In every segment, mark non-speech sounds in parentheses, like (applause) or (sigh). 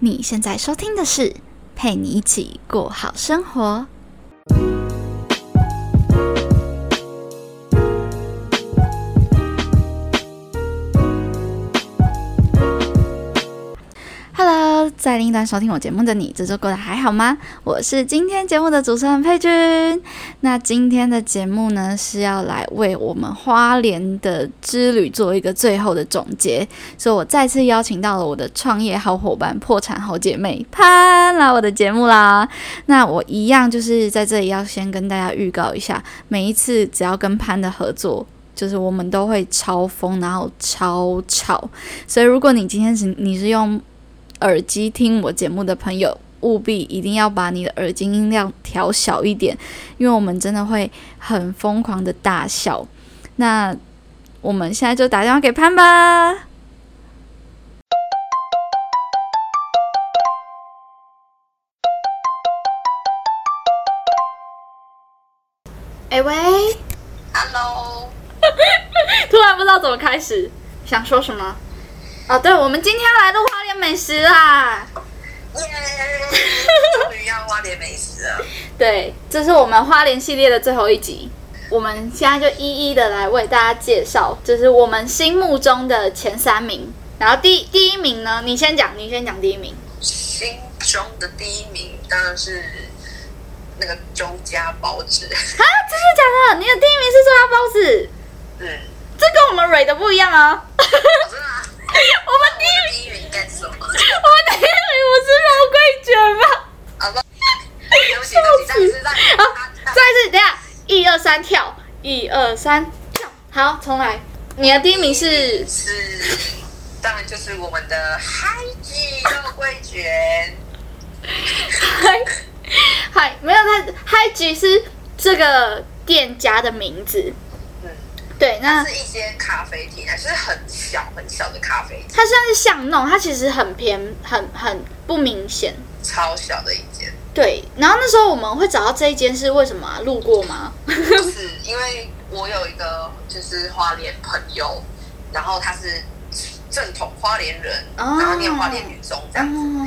你现在收听的是《陪你一起过好生活》。Hello，在另一端收听我节目的你，这周过得还好吗？我是今天节目的主持人佩君。那今天的节目呢，是要来为我们花莲的之旅做一个最后的总结，所以我再次邀请到了我的创业好伙伴、破产好姐妹潘来我的节目啦。那我一样就是在这里要先跟大家预告一下，每一次只要跟潘的合作。就是我们都会超疯，然后超吵，所以如果你今天是你是用耳机听我节目的朋友，务必一定要把你的耳机音量调小一点，因为我们真的会很疯狂的大笑。那我们现在就打电话给潘吧。哎、喂， Hello， (laughs) 突然不知道怎么开始，想说什么？哦，对，我们今天要来录花莲美食啦。耶！终于要花莲美食了。对，这是我们花莲系列的最后一集，我们现在就一一的来为大家介绍，就是我们心目中的前三名。然后第第一名呢，你先讲，你先讲第一名。心中的第一名当然是那个中家包子。啊，真的假的？你的第一名是中央包子，嗯，这跟我们蕊的不一样哦。 (laughs) 我哦真的吗？们第一，第一名应该是什么？ (laughs) 我们第一名不是肉桂卷吗？啊不，对不起，对不起，但是让你啊他再一次，等一下，一二三跳，一二三跳，好，重来。你的第一名是是，当然就是我们的海记肉桂卷。嗨嗨，没有他嗨吉是这个店家的名字。嗯，对，那是一间咖啡厅，就是很小很小的咖啡厅，它算是巷弄，它其实很偏，很很不明显。超小的一间。对，然后那时候我们会找到这一间是为什么、啊？路过吗？是因为我有一个就是花莲朋友，然后他是正统花莲人，哦然后念花莲女中这样子，哦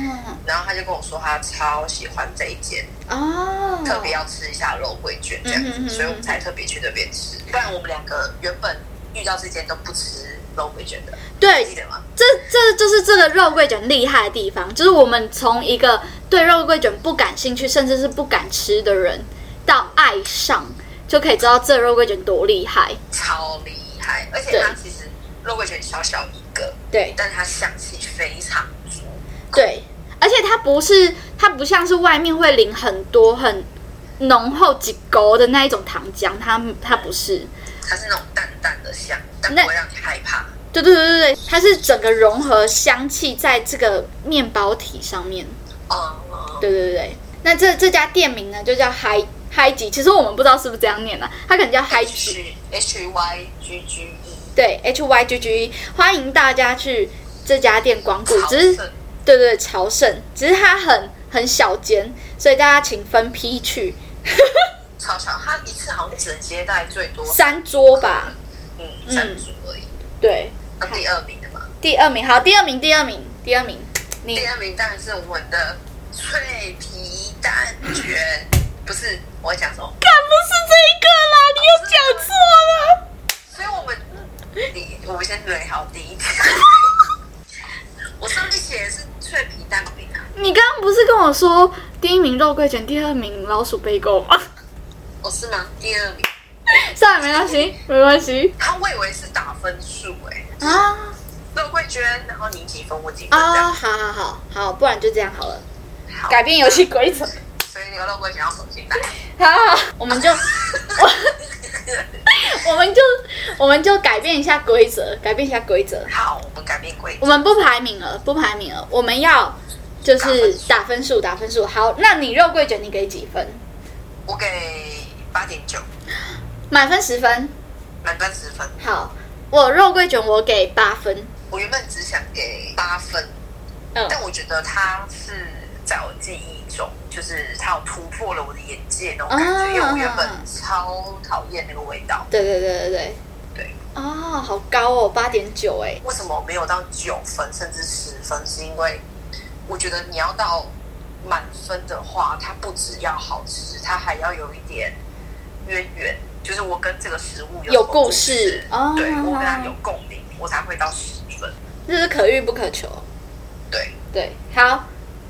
然后他就跟我说他超喜欢这一间，哦，啊特别要吃一下肉桂卷这样子，嗯哼嗯哼所以我们才特别去那边吃。不然我们两个原本遇到这间都不吃肉桂卷的，对记，得吗？这这就是这个肉桂卷厉害的地方，就是我们从一个对肉桂卷不感兴趣，甚至是不敢吃的人，到爱上，就可以知道这肉桂卷多厉害。超厉害，而且对它其实肉桂卷小小一个，对但它香气非常足。对，而且它不是，它不像是外面会淋很多很浓厚几勾的那一种糖浆，它它不是。它是那种淡淡的香，但那不会让你害怕。对对对对对，它是整个融合香气在这个面包体上面。嗯，对对对对，那这这家店名呢就叫嗨嗨吉，其实我们不知道是不是这样念啊，它可能叫嗨吉。 H H Y G G E，对，H Y G G，欢迎大家去这家店光顾。只是朝圣对对对，朝圣，只是它很很小间，所以大家请分批去，超小，他一次好像只能接待最多三桌吧。，嗯，三组而已。对，那第二名的嘛，第二名，好，第二名，第二名，第二名，你第二名当然是我们的脆皮蛋卷，不是我在讲 (laughs) 什么？看不是这一个啦，你又讲错了。所以我们嗯你我们先捋好第一 (laughs) 题。我上次写的是脆皮蛋饼啊，你刚刚不是跟我说第一名肉桂卷，第二名老鼠贝果吗？哦是吗？第二名， (laughs) 算了，没关系，没关系他我以为是打分数哎，啊肉桂卷，然后你几分我几分这啊，样，好好好好，不然就这样好了，好改变游戏，规则。所以那个肉桂卷要重新 (laughs) 来。好好，好我们就我们就我们就改变一下规则，改变一下规则。好，我们改变规我则。们不排名了，不排名了，我们要就是打分数，打分数。好，那你肉桂卷你给几分？我给八点九，满分十分。满分十分。好，我肉桂卷我给八分。我原本只想给八分，嗯但我觉得它是在我记忆中，就是它有突破了我的眼界那种感觉，啊因为我原本超讨厌那个味道。对对对对对。对。哦，好高哦，八点九哎。为什么没有到九分甚至十分？是因为我觉得你要到满分的话，它不只要好吃，它还要有一点渊源，就是我跟这个食物有有什么故故事啊哦对我跟它有共鸣，我才会到十分。这是可遇不可求。对，对，好，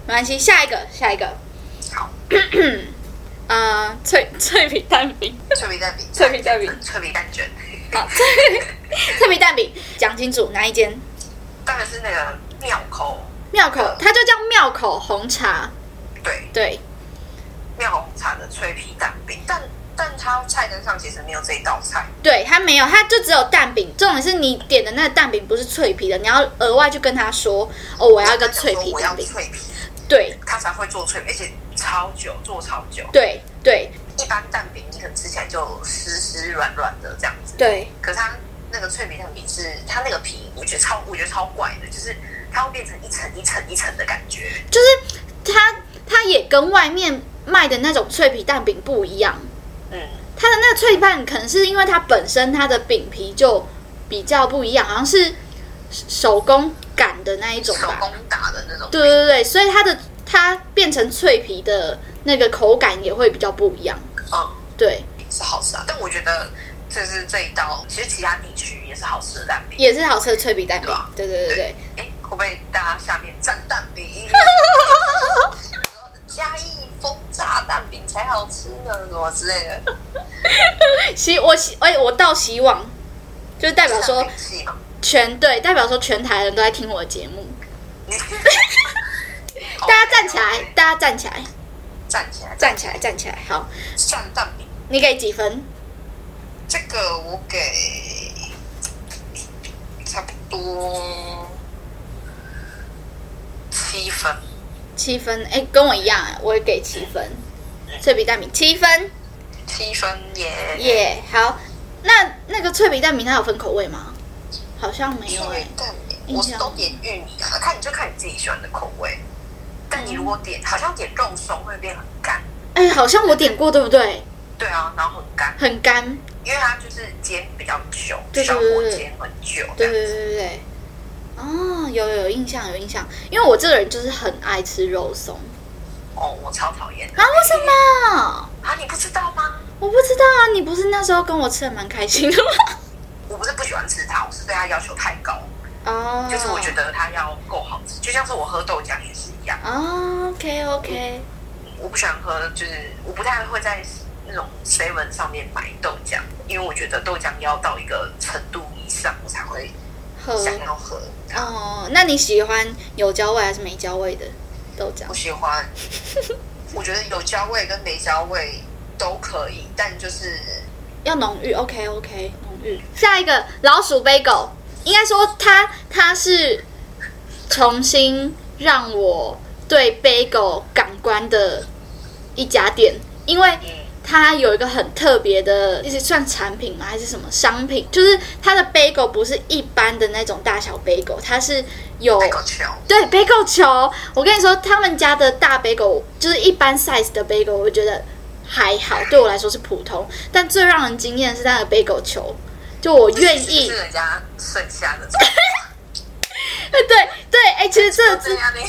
没关系，下一个，下一个，好，嗯，脆脆皮蛋饼，脆皮蛋饼， (laughs) 脆皮蛋饼， (laughs) 脆皮蛋卷，好，脆 (laughs) 脆皮蛋饼，讲清楚哪一间？当然是那个庙口，庙口，它就叫庙口红茶，对，对，庙口红茶的脆皮蛋饼，但但它菜单上其实没有这一道菜。对，它没有，它就只有蛋饼。重点是你点的那个蛋饼不是脆皮的，你要额外去跟他说，哦，我要一个脆皮我蛋要饼。脆皮，对它才会做脆皮，而且超久，做超久。对对一般蛋饼你可能吃起来就湿湿软软的这样子，对，可是它那个脆皮蛋饼是它那个皮，我觉得超我觉得超怪的，就是它会变成一层一层一层的感觉。就是它，它也跟外面卖的那种脆皮蛋饼不一样。嗯，它的那个脆皮蛋可能是因为它本身它的饼皮就比较不一样，好像是手工擀的那一种手吧。工打的那种。对对对，所以它的它变成脆皮的那个口感也会比较不一样。嗯，对，是好吃啊，但我觉得这是这一道，其实其他地区也是好吃的蛋饼。也是好吃的脆皮蛋饼对啊。对对对对。哎，会不会大家下面蘸蛋 (laughs) 饼？嘉义风炸蛋饼才好吃呢，什么之类的。希我希哎、我倒希望，就是代表说是蛋饼系吗全对，代表说全台人都在听我的节目，你大家站起来，大家站起来，站起来，站起来，站起来，好，蘸蛋饼。你给几分？这个我给差不多七分，七分，哎、跟我一样、啊，我也给七分，脆皮蛋饼七分，七分哎耶！耶、好，那那个脆皮蛋饼它有分口味吗？好像没有因哎、为蛋饼，我是都点玉米啊，看你就看你自己喜欢的口味。但你如果点，好像点肉松会变很干，哎、好像我点过，对不对？对啊，然后很干，很干，因为它就是煎比较久，对对小对火对煎很久，对对对对对。哦，有有印象有印象，因为我这个人就是很爱吃肉松哦，我超讨厌啊，为什么？啊！你不知道吗？我不知道啊，你不是那时候跟我吃的蛮开心的吗？我不是不喜欢吃它，我是对它要求太高，哦就是我觉得它要够好吃，就像是我喝豆浆也是一样，哦，OK OK，我不喜欢喝，就是我不太会在那种 seven 上面买豆浆，因为我觉得豆浆要到一个程度以上，我才会喝想要喝它。哦，那你喜欢有焦味还是没焦味的豆浆我？喜欢，我觉得有焦味跟没焦味都可以，但就是要浓郁，OK OK，浓郁。下一个老鼠杯狗，应该说它它是重新让我对杯狗感官的一家店，因为嗯，它有一个很特别的，一些算产品吗？还是什么商品？就是它的 bagel 不是一般的那种大小 bagel，它是有那个球对 bagel 球。我跟你说，他们家的大 bagel 就是一般 size 的 bagel，我觉得还好，对我来说是普通。但最让人惊艳的是它的 bagel 球，就我愿意， (laughs) 是对人家剩下的， (laughs) 对，哎、其实这这这样呢。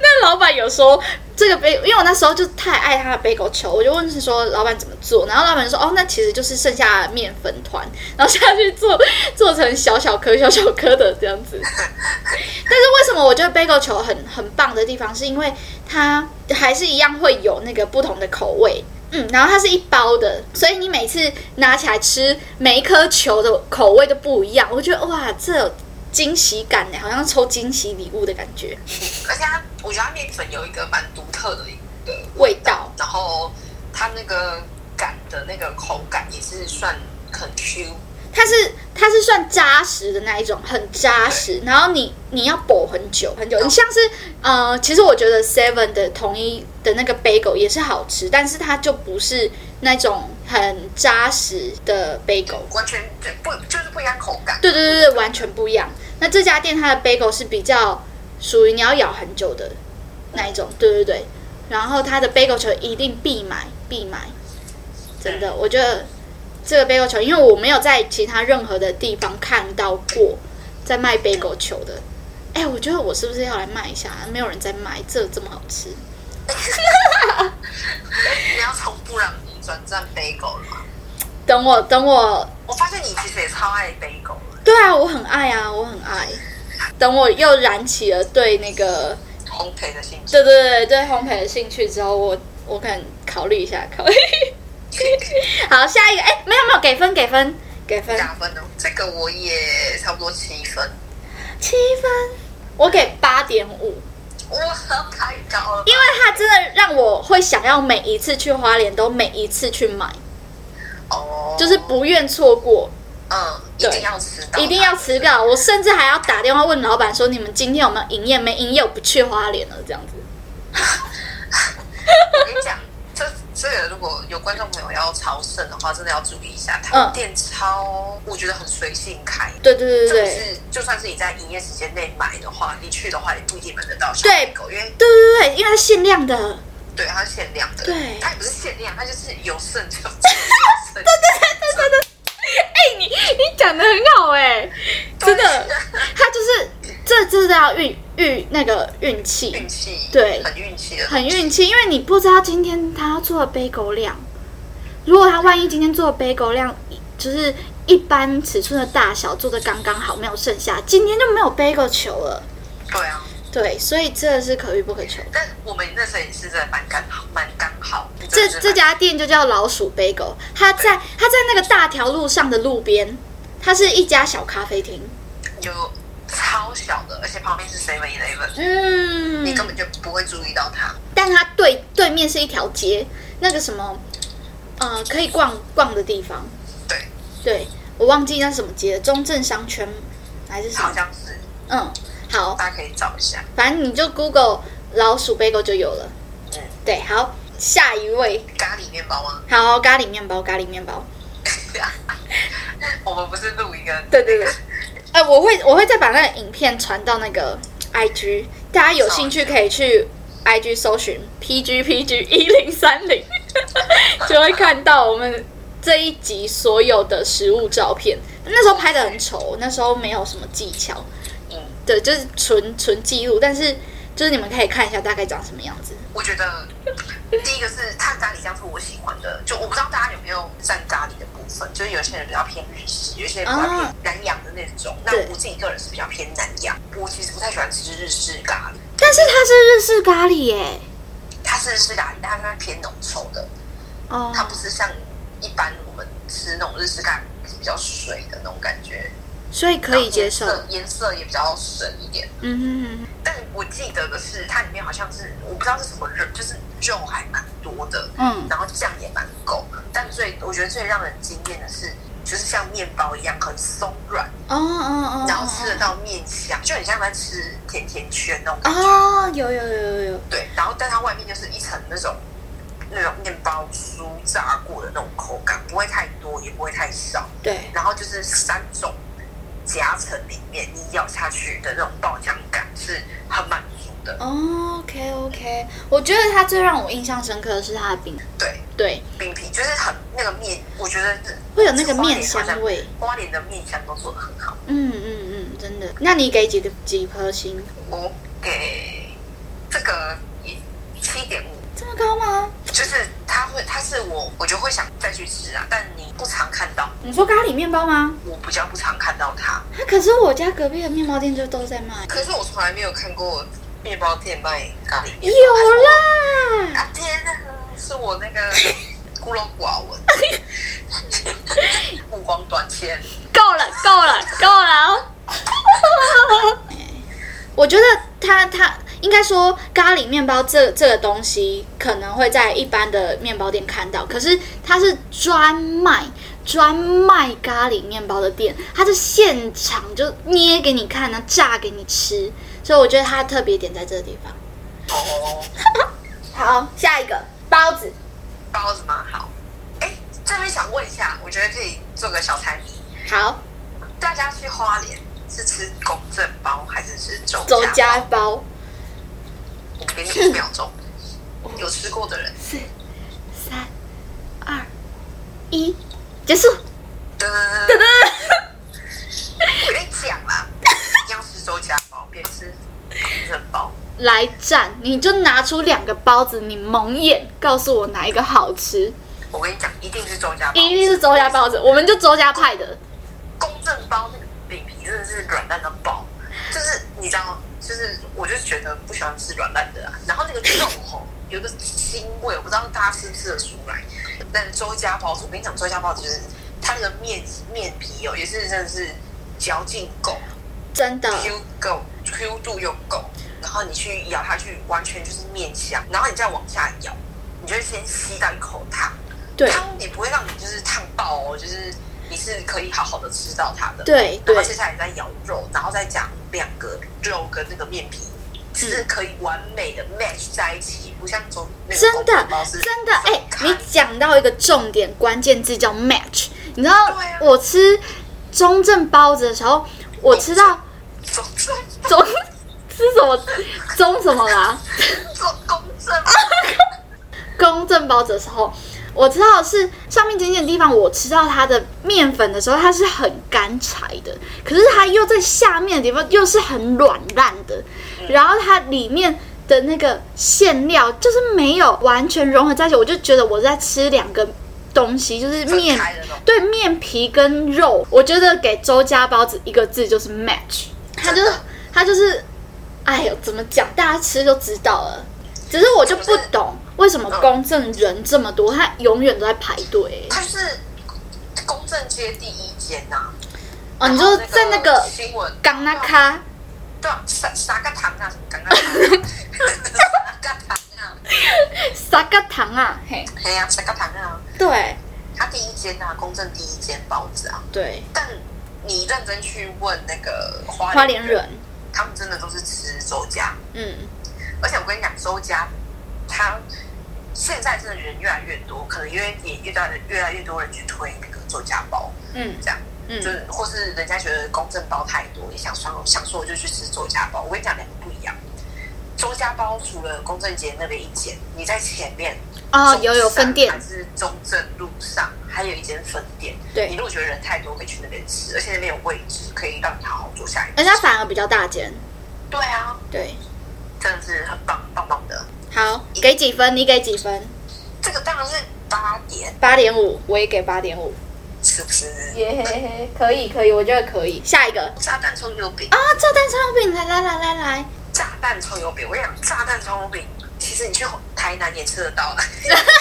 那 (laughs) 老板有说这个杯，因为我那时候就太爱他的杯狗球，我就问是说老板怎么做，然后老板就说哦，那其实就是剩下面粉团， (laughs) 然后下去做做成小小颗、小小颗的这样子。 (laughs) 但是为什么我觉得杯狗球很很棒的地方，是因为它还是一样会有那个不同的口味。嗯，然后它是一包的，所以你每次拿起来吃，每一颗球的口味都不一样。我觉得哇，这有惊喜感呢，好像抽惊喜礼物的感觉，而且它，我觉得它面粉有一个蛮独特的一个味，味道。然后它那个擀的那个口感也是算很 Q，它是它是算扎实的那一种，很扎实。然后你你要剥很久很久，你像是呃，其实我觉得 Seven 的统一的那个 bagel 也是好吃，但是它就不是那种很扎实的 bagel。完全对不就是不一样口感。对对对对，完全不一样。那这家店它的 bagel 是比较属于你要咬很久的那一种，对对对。然后它的 bagel 球一定必买必买，真的，我觉得这个 bagel 球，因为我没有在其他任何的地方看到过在卖 bagel 球的，哎、我觉得我是不是要来卖一下？没有人在卖，这这么好吃。你要从布朗尼转战 bagel 了吗？等我，等我，我发现你其实也超爱 bagel 的对啊，我很爱啊，我很爱。等我又燃起了对那个，烘焙的兴趣。对对对对烘焙的兴趣之后，我我可能考虑一下，考虑。 (laughs) 好，下一个，哎、没有没有，给分给分给分打分哦，这个我也差不多七分，七分，我给八点五。我很太高了吧。因为它真的让我会想要每一次去花莲都每一次去买，哦，就是不愿错过，嗯，一对定要吃到，一定要吃到。我甚至还要打电话问老板说你们今天有没有营业，没营业我不去花莲了这样子。我跟你讲，这这个如果有观众朋友要朝圣的话，真的要注意一下，他们店超，我觉得很随性开。对对对这对个是，就算是你在营业时间内买的话，你去的话也不一定买得到小对狗，因为对对对，因为它限量的，对它是限量的，对它也不是限量，它就是有剩 (laughs) 就对对哎、你你讲的很好哎、哦真的， (laughs) 它就是这这是要运运那个运气运，气，对很运气的，很运气，因为你不知道今天他要做的杯狗量，如果他万一今天做的杯狗量就是一般尺寸的大小做的刚刚好，没有剩下，今天就没有杯狗球了。对啊。对，所以这是可遇不可求。但我们那时候也是真的蛮刚好，蛮刚好。这就是这家店就叫老鼠杯狗，它在它在那个大条路上的路边，它是一家小咖啡厅。有超小的，而且旁边是 Seven Eleven，嗯你根本就不会注意到它。但它对对面是一条街，那个什么，呃，可以逛逛的地方。对，对，我忘记那什么街了，中正商圈还是什好么？像是，嗯，好，大家可以找一下。反正你就 Google 老鼠 bagel 就有了。嗯，对，好，下一位，咖喱面包吗？ (laughs) 好，咖喱面包，咖喱面包，我们不是录一个对对对，哎、我会我会再把那个影片传到那个 IG，大家有兴趣可以去 IG 搜寻 PG PG 一零三零， (laughs) 就会看到我们这一集所有的食物照片。那时候拍的很丑，那时候没有什么技巧，嗯，对，就是纯纯记录，但是就是你们可以看一下大概长什么样子。我觉得第一个是它咖喱酱是我喜欢的，就我不知道大家有没有蘸咖喱的部分，就是有些人比较偏日式，有些人比较啊偏南洋的那种。那对我自己个人是比较偏南洋，我其实不太喜欢吃日式咖喱，但是它是日式咖喱耶、它是日式咖喱，但它偏浓稠的，哦它不是像一般我们吃那种日式咖喱是比较水的那种感觉，所以可以接受。然后颜色颜色也比较深一点。嗯哼哼哼，但我记得的是，它里面好像是我不知道是什么肉，就是肉还蛮多的，嗯然后酱也蛮够。但最我觉得最让人惊艳的是，就是像面包一样很松软，哦哦哦，然后吃得到面香，就很像在吃甜甜圈那种感觉。哦，有有有有有，对，然后但它外面就是一层那种那种面包酥炸过的那种口感，不会太多，也不会太少。对，然后就是三种夹层里面，你咬下去的那种爆浆感是很满足的。哦，OK OK，我觉得它最让我印象深刻的是它的饼，对，对，饼皮就是很那个面，我觉得是会有那个面香味。花莲的面香都做的很好。嗯嗯嗯，真的。那你给几个几颗星？我给这个七点五，这么高吗？就是它会，它是我我就会想再去吃啊，但你不常看到，你说咖喱面包吗？我比较不常看到它。它啊可是我家隔壁的面包店就都在卖。可是我从来没有看过面包店卖咖喱有啊面包。啦，啊天哪，是我那个孤陋寡闻，目光短浅。够了够了够了哦。 (laughs) 我觉得它它应该说咖喱面包这这个东西可能会在一般的面包店看到，可是它是专卖专卖咖喱面包的店，它是现场就捏给你看，然后炸给你吃，所以我觉得它的特别点在这个地方。哦，好，下一个包子，包子蛮好。哎，这边想问一下，我觉得可以做个小猜谜，好，大家去花莲是吃公正包还是吃周周家家包？包，我给你五秒钟，有吃过的人，四、三、二、一，结束。噔噔噔噔，我跟你讲啦，一样是周家包。边吃很包。来战，你就拿出两个包子，你蒙眼告诉我哪一个好吃，我跟你讲，一定是周家包，一定是周家包子，我们就周家派的。公正包那个饼皮真的是软烂到爆，就是你知道，就是我就是觉得不喜欢吃软烂的啊。然后那个肉吼有个腥味，我不知道大家吃不吃得出来。但是周家包子，我跟你讲，周家包子就是它那个面面皮哦，也是真的是嚼劲够真的， ，Q 够，Q 度又够，然后你去咬下去，完全就是面香。然后你再往下咬，你就会先吸到一口汤，对汤也不会让你就是烫爆哦，就是你是可以好好的吃到它的。对然后对接下来再咬肉，然后再讲两个肉跟那个面皮是可以完美的 match 在一起，不像从那个真的公仔包是真的，哎、分开你讲到一个重点，关键字叫 match。你知道对啊我吃中正包子的时候，我吃到总算中 (laughs) 吃什么中什么啦？做公正，公正包子的时候，我知道是上面尖尖的地方，我吃到它的面粉的时候，它是很干柴的，可是它又在下面的地方又是很软烂的，然后它里面的那个馅料就是没有完全融合在一起，我就觉得我在吃两个东西，就是面分开的那种对面皮跟肉，我觉得给周家包子一个字就是 match，它就是它就是，哎呦，怎么讲？大家吃就知道了。只是我就不懂为什么公证人这么多，他永远都在排队、它就是公正街第一间呐、哦，你说然后在那个新闻港那卡，对啊，沙沙嘎糖啊，什么嘎嘎糖啊，沙嘎糖啊，沙嘎糖啊，嘿，哎呀，沙嘎糖啊，对它第一间啊，公正第一间包子啊，对，但你认真去问那个花花莲人，他们真的都是吃周家，嗯，而且我跟你讲，周家他现在真的人越来越多，可能因为也遇到了越来越多人去推那个周家包，嗯这样，嗯就是或是人家觉得公正包太多，也想说想说我就去吃周家包。我跟你讲，两个不一样。周家包除了公正街那边一间，你在前面哦，中有有分店山，还是中正路上还有一间分店。对你如果觉得人太多，可以去那边吃，而且那边有位置，可以让你好好坐下来。而且它反而比较大间，对啊，对，真的是很棒，棒棒的。好，给几分？你给几分？这个当然是八点，八点五，我也给八点五，是不是？耶嘿嘿，可以可以，我觉得可以。下一个啊，炸弹葱油饼，炸弹烧饼，来来来来来，炸弹葱油饼，我跟你讲，炸弹葱油饼，其实你去台南也吃得到。 (laughs)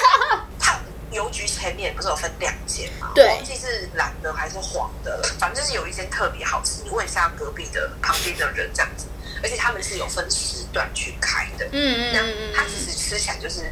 它邮局前面不是有分两间吗？对忘记是蓝的还是黄的了，反正就是有一间特别好吃，你问一下隔壁的旁边的人这样子，而且他们是有分时段去开的。嗯嗯那嗯嗯它其实吃起来就是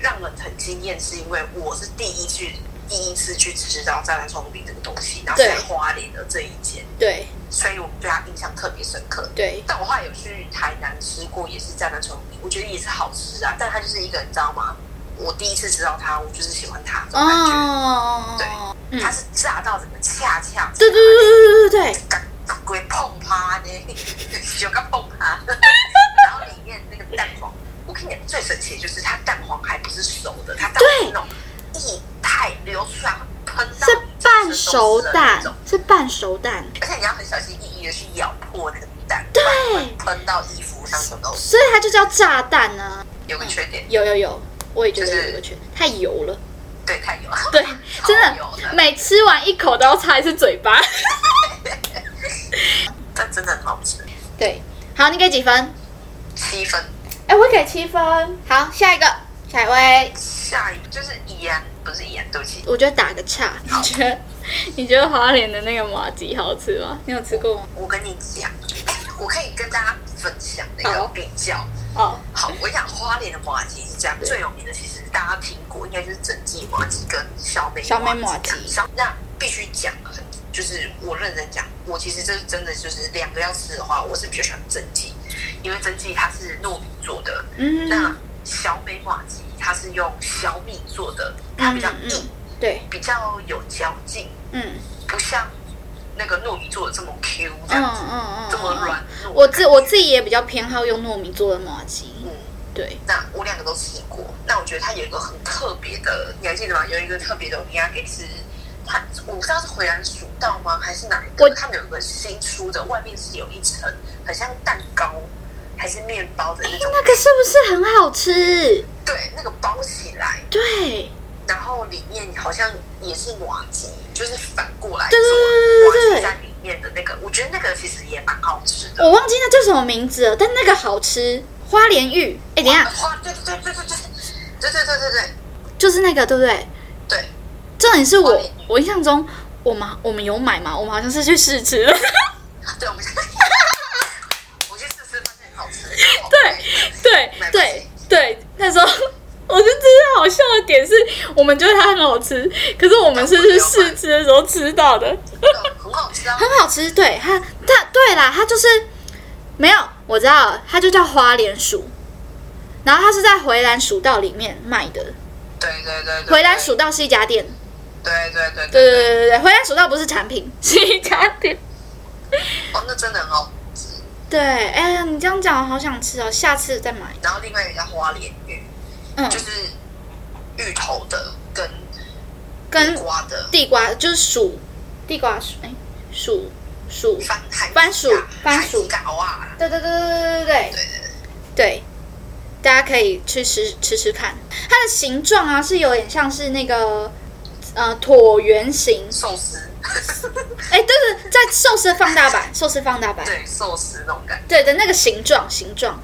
让人很惊艳，是因为我是第一去第一次去吃到炸弹葱油饼这个东西，然后是在对花莲的这一间，嗯，对所以我对它印象特别深刻。对，但我后来有去台南吃过，也是炸弹葱油饼，我觉得也是好吃啊。但它就是一个，你知道吗？我第一次吃到它，我就是喜欢它这种感觉。哦，对嗯它是炸到整个恰恰，对对对对对对对，嘎嘎龟碰趴呢，有个碰趴。然后里面那个蛋黄，我跟你讲最神奇的就是它蛋黄还不是熟的，它蛋黄是那种液态流出来喷到是你半全身都熟是的那蛋种，是半熟蛋，而且你要很小心翼翼的去咬破那个蛋，对，喷到衣服上什么都是。所以它就叫炸弹啊。有个缺点，有有有，我也觉得就是有一个缺，太油了。对，太油。对，真油哦的，的每吃完一口都要擦一次嘴巴。但真的很好吃，对，好，你给几分？七分。哎，我给七分。好，下一个，下一位，下一就是宜安，不是宜安，对不起，我觉得打个岔，你觉得你觉得花莲的那个麻吉好吃吗？你有吃过吗？我跟你讲，我可以跟大家分享那个好比较。哦，好，我想花莲的麻吉是这样，对最有名的其实大家听过，应该就是整记麻吉跟小美小美麻麻吉小那必须讲，就是我认真讲，我其实这是真的，就是两个要吃的话，我是比较喜欢整记，因为整记它是糯米做的，那嗯，小美麻吉它是用小米做的，它比较嗯嗯硬，对，比较有嚼劲，嗯不像那个糯米做的这么 Q 这嗯样嗯子，嗯，这么嗯软。糯。我自我自己也比较偏好用糯米做的麻吉，嗯，对，那我两个都吃过，那我觉得它有一个很特别的，你还记得吗？有一个特别的，我应该给是它我不知道是回南蜀道吗，还是哪一个我？他们有一个新出的，外面是有一层很像蛋糕还是面包的那种，那个是不是很好吃？对，那个包起来，对，然后里面好像也是瓦吉，就是反过来对做对对对对瓦吉在里面的那个，我觉得那个其实也蛮好吃的。我忘记那叫什么名字了，但那个好吃。花莲玉，哎，等一下，花，对对对对对对对对对对对就是那个对不对？对，重点是花我莲玉我印象中，我们我们有买嘛？我们好像是去试吃的。 (laughs) 对，我们我去试吃，发现很好吃。对对买不对起对，那时候 (laughs) 我就觉得好笑的点是，我们觉得它很好吃，可是我们是去试吃的时候吃到的，对，很好吃啊！很好吃。对它，它对啦，它就是没有，我知道了，它就叫花莲薯。然后它是在回南蜀道里面卖的，对对对对，回南蜀道是一家店，对对对对对对对对，回南蜀道不是产品，是一家店。哦，那真的很好。对，哎呀，你这样讲，我好想吃哦，下次再买。然后另外一个叫花莲芋，嗯就，是芋头的跟跟地瓜的地瓜就是薯，地瓜薯，哎，薯薯番海番薯番薯糕啊，对对对对对对对对对对，对，大家可以去吃吃吃看。它的形状啊是有点像是那个呃椭圆形，寿司，哎，对对，在寿司的放大版，寿司放大版，对寿司那种感对的那个形状形状。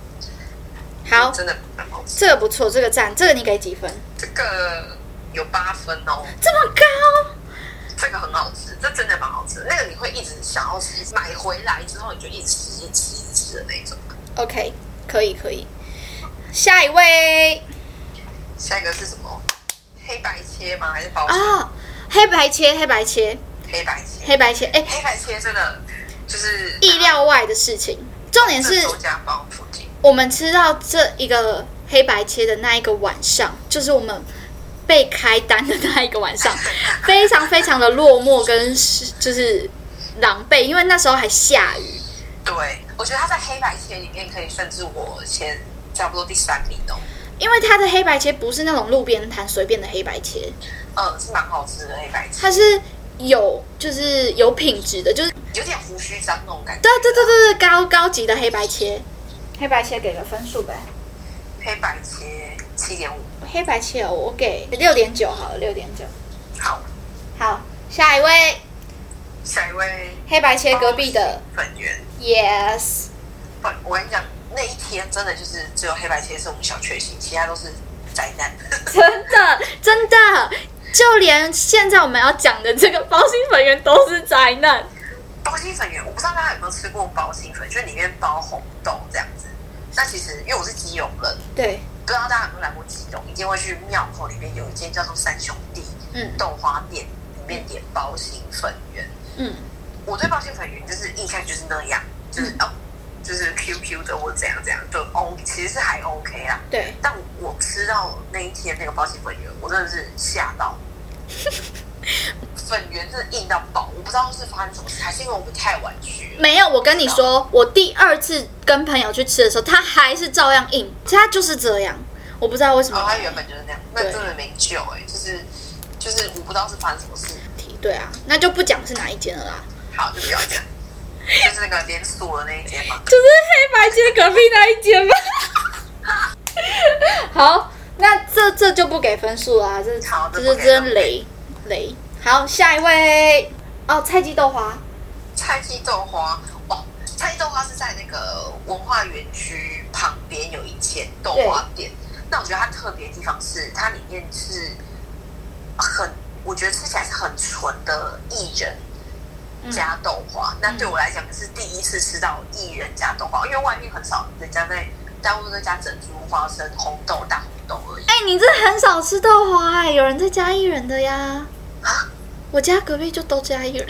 觉，好，真的蛮好吃。这个不错，这个赞，这个你给几分？这个有八分哦，这么高？这个很好吃，这真的蛮好吃的。那个你会一直想要吃，买回来之后你就一直吃、一直吃、一直吃的那种。 OK，可以可以。下一位下一个是什么？黑白切吗？还是包啊、黑白切，黑白切，黑白切？黑白切，哎，黑白切真的就是意料外的事情。重点是周家堡附近，我们吃到这一个黑白切的那一个晚上，就是我们被开单的那一个晚上， (laughs) 非常非常的落寞跟是就是狼狈，因为那时候还下雨。对我觉得它在黑白切里面可以算是我前差不多第三名哦。因为它的黑白切不是那种路边摊随便的黑白切，嗯，是蛮好吃的黑白切，它是有就是有品质的，就是有点胡须章那种感觉。对对对对对高高级的黑白切。黑白切给个分数呗，黑白切七点五，黑白切哦我给六点九好了，六点九。好，好，下一位下一位黑白切隔壁的粉圆。 ，yes。不我跟你讲，那一天真的就是只有黑白切是我们小确幸，其他都是灾难。真的，真的，就连现在我们要讲的这个包心粉圆都是灾难。包心粉圆，我不知道大家有没有吃过包心粉，就是里面包红豆这样子。那其实因为我是基隆人，对，不知道大家有没有来过基隆，一定会去庙口里面有一间叫做三兄弟嗯豆花店，里面点包心粉圆。嗯，我对包心粉圆就是印象就是那样，就是哦，就是 QQ 的或怎样怎样，就 O 其实是还 OK 啦。对，但我吃到那一天那个包心粉圆，我真的是吓到，粉圆真的硬到爆，我不知道是发生什么事，还是因为我们太晚去了。没有，我跟你说，我第二次跟朋友去吃的时候，它还是照样硬，它就是这样，我不知道为什然么后。它哦原本就是那样，那对真的没救哎、就是就是我不知道是发生什么事，对啊，那就不讲是哪一间了啦，好就不要讲，就是那个连锁的那一间嘛。就是黑白街隔壁那一间吧。 (laughs) 好，那这这就不给分数啦，这好这这是不给了真雷雷。好，下一位哦，菜鸡豆花。菜鸡豆花哦，菜鸡豆花是在那个文化园区旁边有一间豆花店。那我觉得它特别的地方是，它里面是很，我觉得吃起来是很纯的薏仁加豆花。那对我来讲是第一次吃到薏仁加豆花，因为外面很少人家在，大部分都加珍珠、花生、红豆、大红豆而已。哎、你这很少吃豆花、哎，有人在加一人的 (gasps) 呀。啊，我家隔壁就都加一人。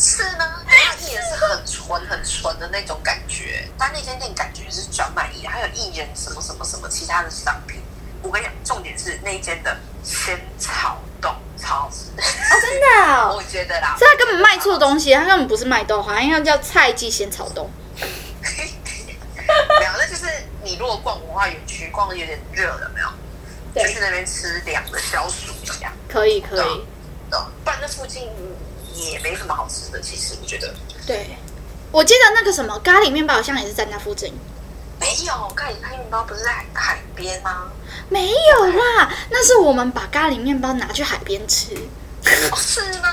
是呢，它薏仁是很纯很纯的那种感觉。但那间店感觉是专卖薏仁，还有薏仁什么什么什么其他的商品。我跟你讲，重点是那一间的鲜草冻超好吃，真的、哦，(laughs) (laughs) 我觉得啦这。他根本卖错东西，他根本不是卖豆花，应该叫菜鸡鲜草冻。没有，那就是你如果逛文化园区逛的有点热了，没有，就去那边吃凉的消暑一下。可以可以。哦，不然那附近也没什么好吃的。其实我觉得对，我记得那个什么咖喱面包好像也是在那附近。没有，咖喱面包不是在海海边吗？没有啦，那是我们把咖喱面包拿去海边吃。哦，是吗？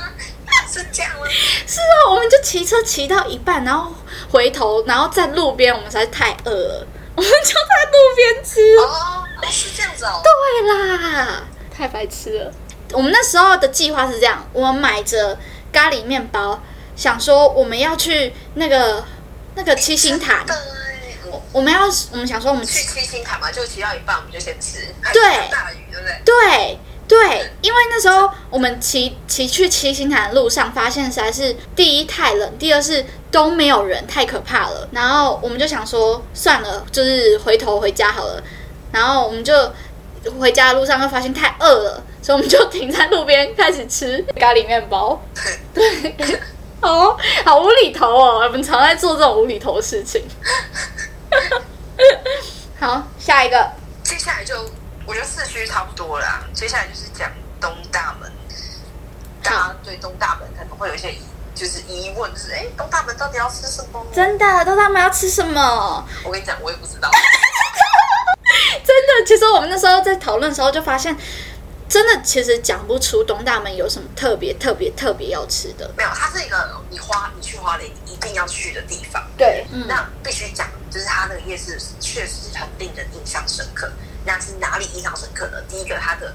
是这样吗？是啊，我们就骑车骑到一半，然后回头，然后在路边，我们实在太饿了，我们就在路边吃。哦，哦是这样子哦。对啊啦，太白痴了。我们那时候的计划是这样：我们买着咖喱面包，想说我们要去那个那个七星潭，真的欸我我们要我们想说我们去七星塔嘛，就骑到一半我们就先吃。对还下大雨对不对？对对，因为那时候我们骑骑去七星潭的路上，发现实在是第一太冷，第二是都没有人，太可怕了。然后我们就想说，算了，就是回头回家好了。然后我们就回家的路上又发现太饿了，所以我们就停在路边开始 (laughs) 吃咖喱面包。对，哦，好无厘头哦，我们常在做这种无厘头的事情。好，下一个。 (laughs) 接下来就我觉得市区差不多啦，接下来就是讲东大门，大家对东大门可能会有一些疑，就是疑问，就是哎，诶东大门到底要吃什么？真的，都他们要吃什么？我跟你讲，我也不知道。真的，其实我们那时候在讨论的时候就发现，真的其实讲不出东大门有什么特别特别特别要吃的。没有，它是一个你花你去花莲一定要去的地方。对，嗯，那必须讲，就是它那个夜市确实很令人印象深刻。那是哪里印象深刻呢？第一个，它的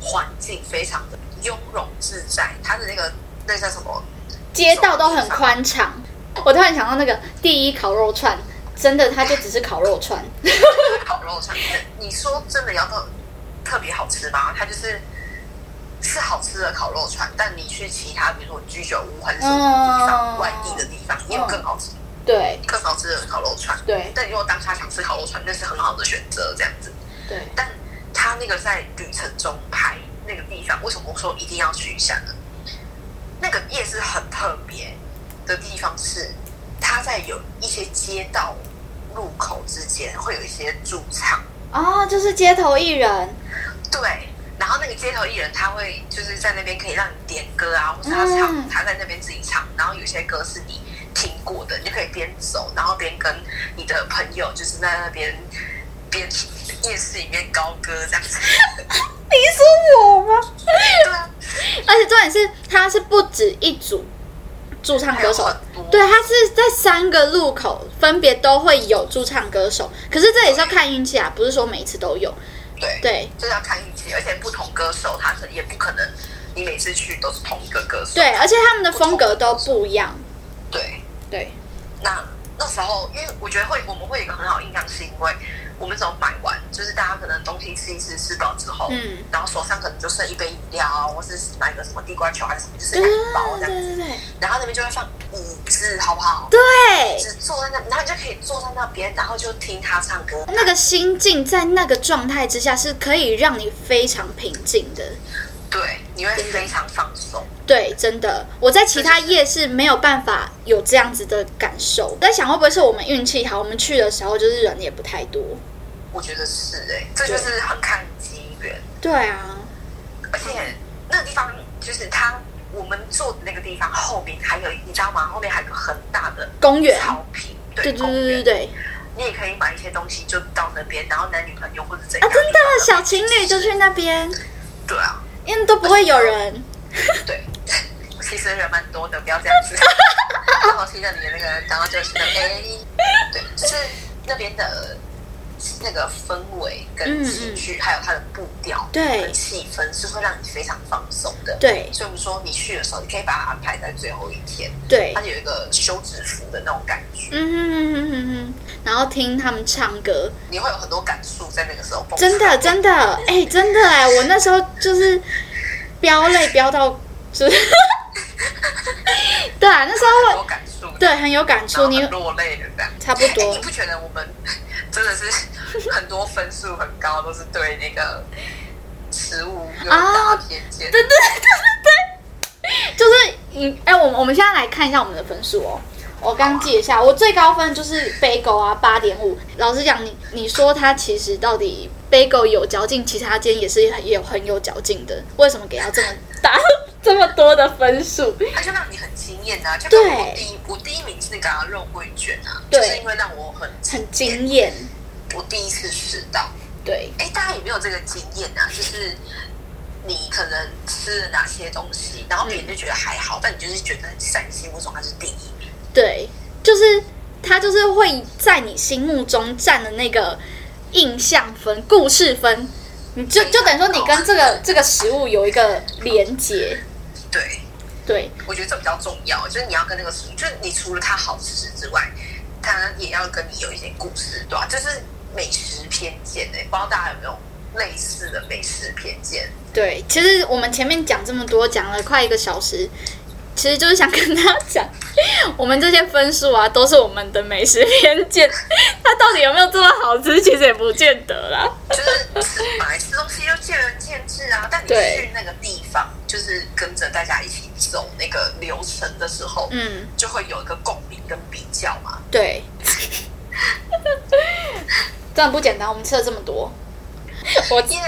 环境非常的雍容自在，它的那个那叫什么？街道都很宽敞。我突然想到那个第一烤肉串，真的它就只是烤肉串，烤肉串。你说真的要特特别好吃吗？它就是是好吃的烤肉串，但你去其他比如说居酒屋还是什么地方、嗯外地的地方，也有更好吃、对更好吃的烤肉串。对但你如果当下想吃烤肉串，那是很好的选择，这样子。对，但他那个在旅程中拍那个地方，为什么我说一定要去一下呢？那个夜市很特别的地方是，它在有一些街道路口之间会有一些驻唱，哦，就是街头艺人，对。然后那个街头艺人他会就是在那边可以让你点歌啊，或是他唱，嗯他在那边自己唱。然后有些歌是你听过的，你就可以边走，然后边跟你的朋友就是在那边边夜市里面高歌这样子。你说我吗？对啊，而且重点是，它是不止一组驻唱歌手还有很多，对，它是在三个路口分别都会有驻唱歌手。可是这也是要看运气啊，不是说每一次都有。对，对就是要看运气，而且不同歌手他可也不可能你每次去都是同一个歌手。对，而且他们的风格都不一样。对，对，那那时候因为我觉得会我们会有一个很好的印象，是因为我们只有买完，就是大家可能东西吃一吃吃饱之后，嗯，然后手上可能就剩一杯饮料啊，或是买个什么地瓜球还是什么，就是对买对一包这对对样。对然后那边就会放椅子，好不好？嗯对，只坐在那，然后你就可以坐在那边，然后就听他唱歌。那个心境在那个状态之下是可以让你非常平静的。对，你会非常放松。对，真的，我在其他夜市没有办法有这样子的感受。在想会不会是我们运气好，我们去的时候就是人也不太多。我觉得是哎、这就是很看机缘。对啊，而且那个地方就是它，我们坐的那个地方后面还有，你知道吗？后面还有个很大的公园，草坪，对对对公对对园，对，你也可以买一些东西，就到那边，然后男女朋友或者怎啊，样，真的小情侣就去那边，对啊，因为都不会有人。对， (laughs) 其实人蛮多的，不要这样 (laughs) 子。然后听到你的那个，然后就是那个哎，对，就是那边的。呃那个氛围嗯跟嗯情绪，还有它的步调、对跟气氛，是会让你非常放松的。对所以我们说，你去的时候，你可以把它安排在最后一天，对它，有一个休止符的那种感觉，嗯哼哼哼哼哼，然后听他们唱歌，你会有很多感触在那个时候蹦出来。真的真的，哎、真的哎、我那时候就是飙泪飙到，就是， (laughs) 对啊，那时很候多感触，对很有感然触，后你很落泪的这样。差不哎多你不觉得我们 (laughs) 真的是 (laughs) 很多分数很高，都是对那个食物有很啊大的偏见？对对， (laughs) 就是你哎、我们我们现在来看一下我们的分数哦。我刚记一下，我最高分就是杯狗啊，八点五。老实讲，你你说它其实到底杯狗有嚼劲，其实它今天也是很也有很有嚼劲的，为什么给它这么大？ (laughs) 这么多的分数，它就让你很惊艳啊！就对跟我第一我第一名是那个、啊、肉桂卷啊，对就是因为让我很很惊艳。我第一次吃到。对，哎，大家有没有这个经验啊？就是你可能吃了哪些东西，然后别人就觉得还好，但你就是觉得很伤心，为什么它是第一名？对，就是他就是会在你心目中占的那个印象分、故事分，你就就等于说你跟这个这个食物有一个连接。对，对，我觉得这比较重要，就是你要跟那个食物，就是你除了它好吃之外，它也要跟你有一些故事，对吧、就是美食偏见哎、不知道大家有没有类似的美食偏见？对，其实我们前面讲这么多，讲了快一个小时，其实就是想跟大家讲，我们这些分数啊，都是我们的美食偏见，它到底有没有这么好吃，其实也不见得啦。就是吃本来吃东西就见仁见智啊，但你对去那个地方，就是跟着大家一起走那个流程的时候，嗯，就会有一个共鸣跟比较嘛。 (laughs) 对，真的不简单，我们吃了这么多，我耶，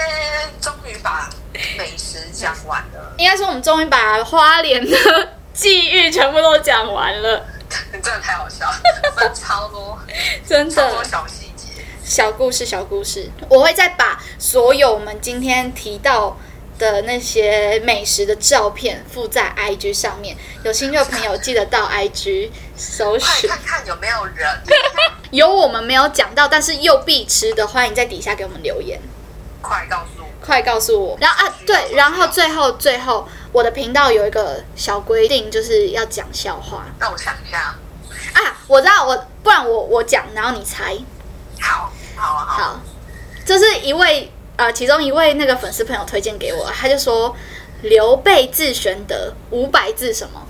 终于把美食讲完了， (laughs) 应该说我们终于把花莲的际遇全部都讲完了，真的太好 (laughs) 笑了，我们超多真超多的。小细节。小故事，小故事，我会再把所有我们今天提到的那些美食的照片附在 IG 上面，有兴趣的朋友记得到 IG 搜快寻。看看有没有人，有我们没有讲到，但是又必吃的，欢迎在底下给我们留言。快告诉我。快告诉我。然后啊，对，然后最后最后，我的频道有一个小规定，就是要讲笑话让我想一下。啊。我知道，我不然我我讲，然后你猜。好，好啊，好啊。好，这是一位呃，其中一位那个粉丝朋友推荐给我，他就说刘备字玄德五百字什么？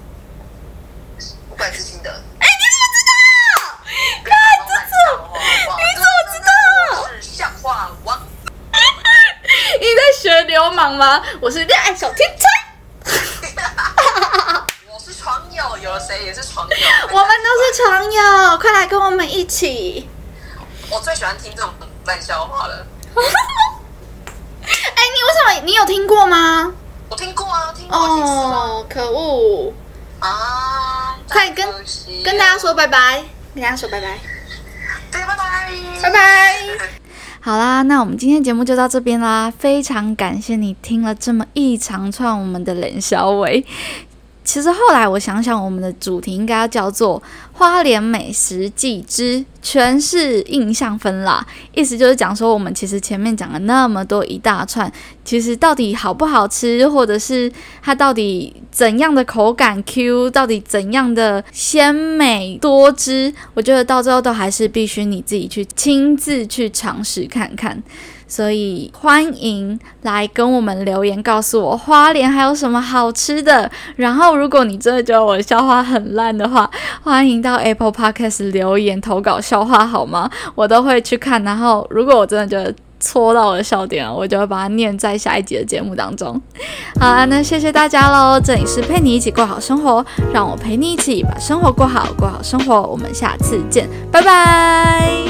不管是新的，哎，你怎么知道？看这是哇哇你怎么知道我是笑话王，你在学流氓吗？我是恋爱小哎天才，我是床友，有了谁也是床友。我们都是床友，快来跟我们一起。我最喜欢听这种烂笑话了。哎，你为什么你有听过吗？我听过啊，听过几次啊。哦，可恶！啊，快跟真可惜跟大家说拜拜，跟大家说拜拜，对，拜拜，拜拜。好啦，那我们今天节目就到这边啦，非常感谢你听了这么一长串我们的冷小伟。其实后来我想想，我们的主题应该要叫做“花莲美食记之全是印象分”啦，意思就是讲说我们其实前面讲了那么多一大串，其实到底好不好吃，或者是它到底怎样的口感 Q，到底怎样的鲜美多汁，我觉得到最后都还是必须你自己去亲自去尝试看看。所以欢迎来跟我们留言，告诉我花莲还有什么好吃的。然后，如果你真的觉得我的笑话很烂的话，欢迎到 Apple Podcast 留言投稿笑话好吗？我都会去看。然后，如果我真的觉得戳到我的笑点了，我就会把它念在下一集的节目当中。好啦，那谢谢大家喽！这里是陪你一起过好生活，让我陪你一起把生活过好，过好生活。我们下次见，拜拜。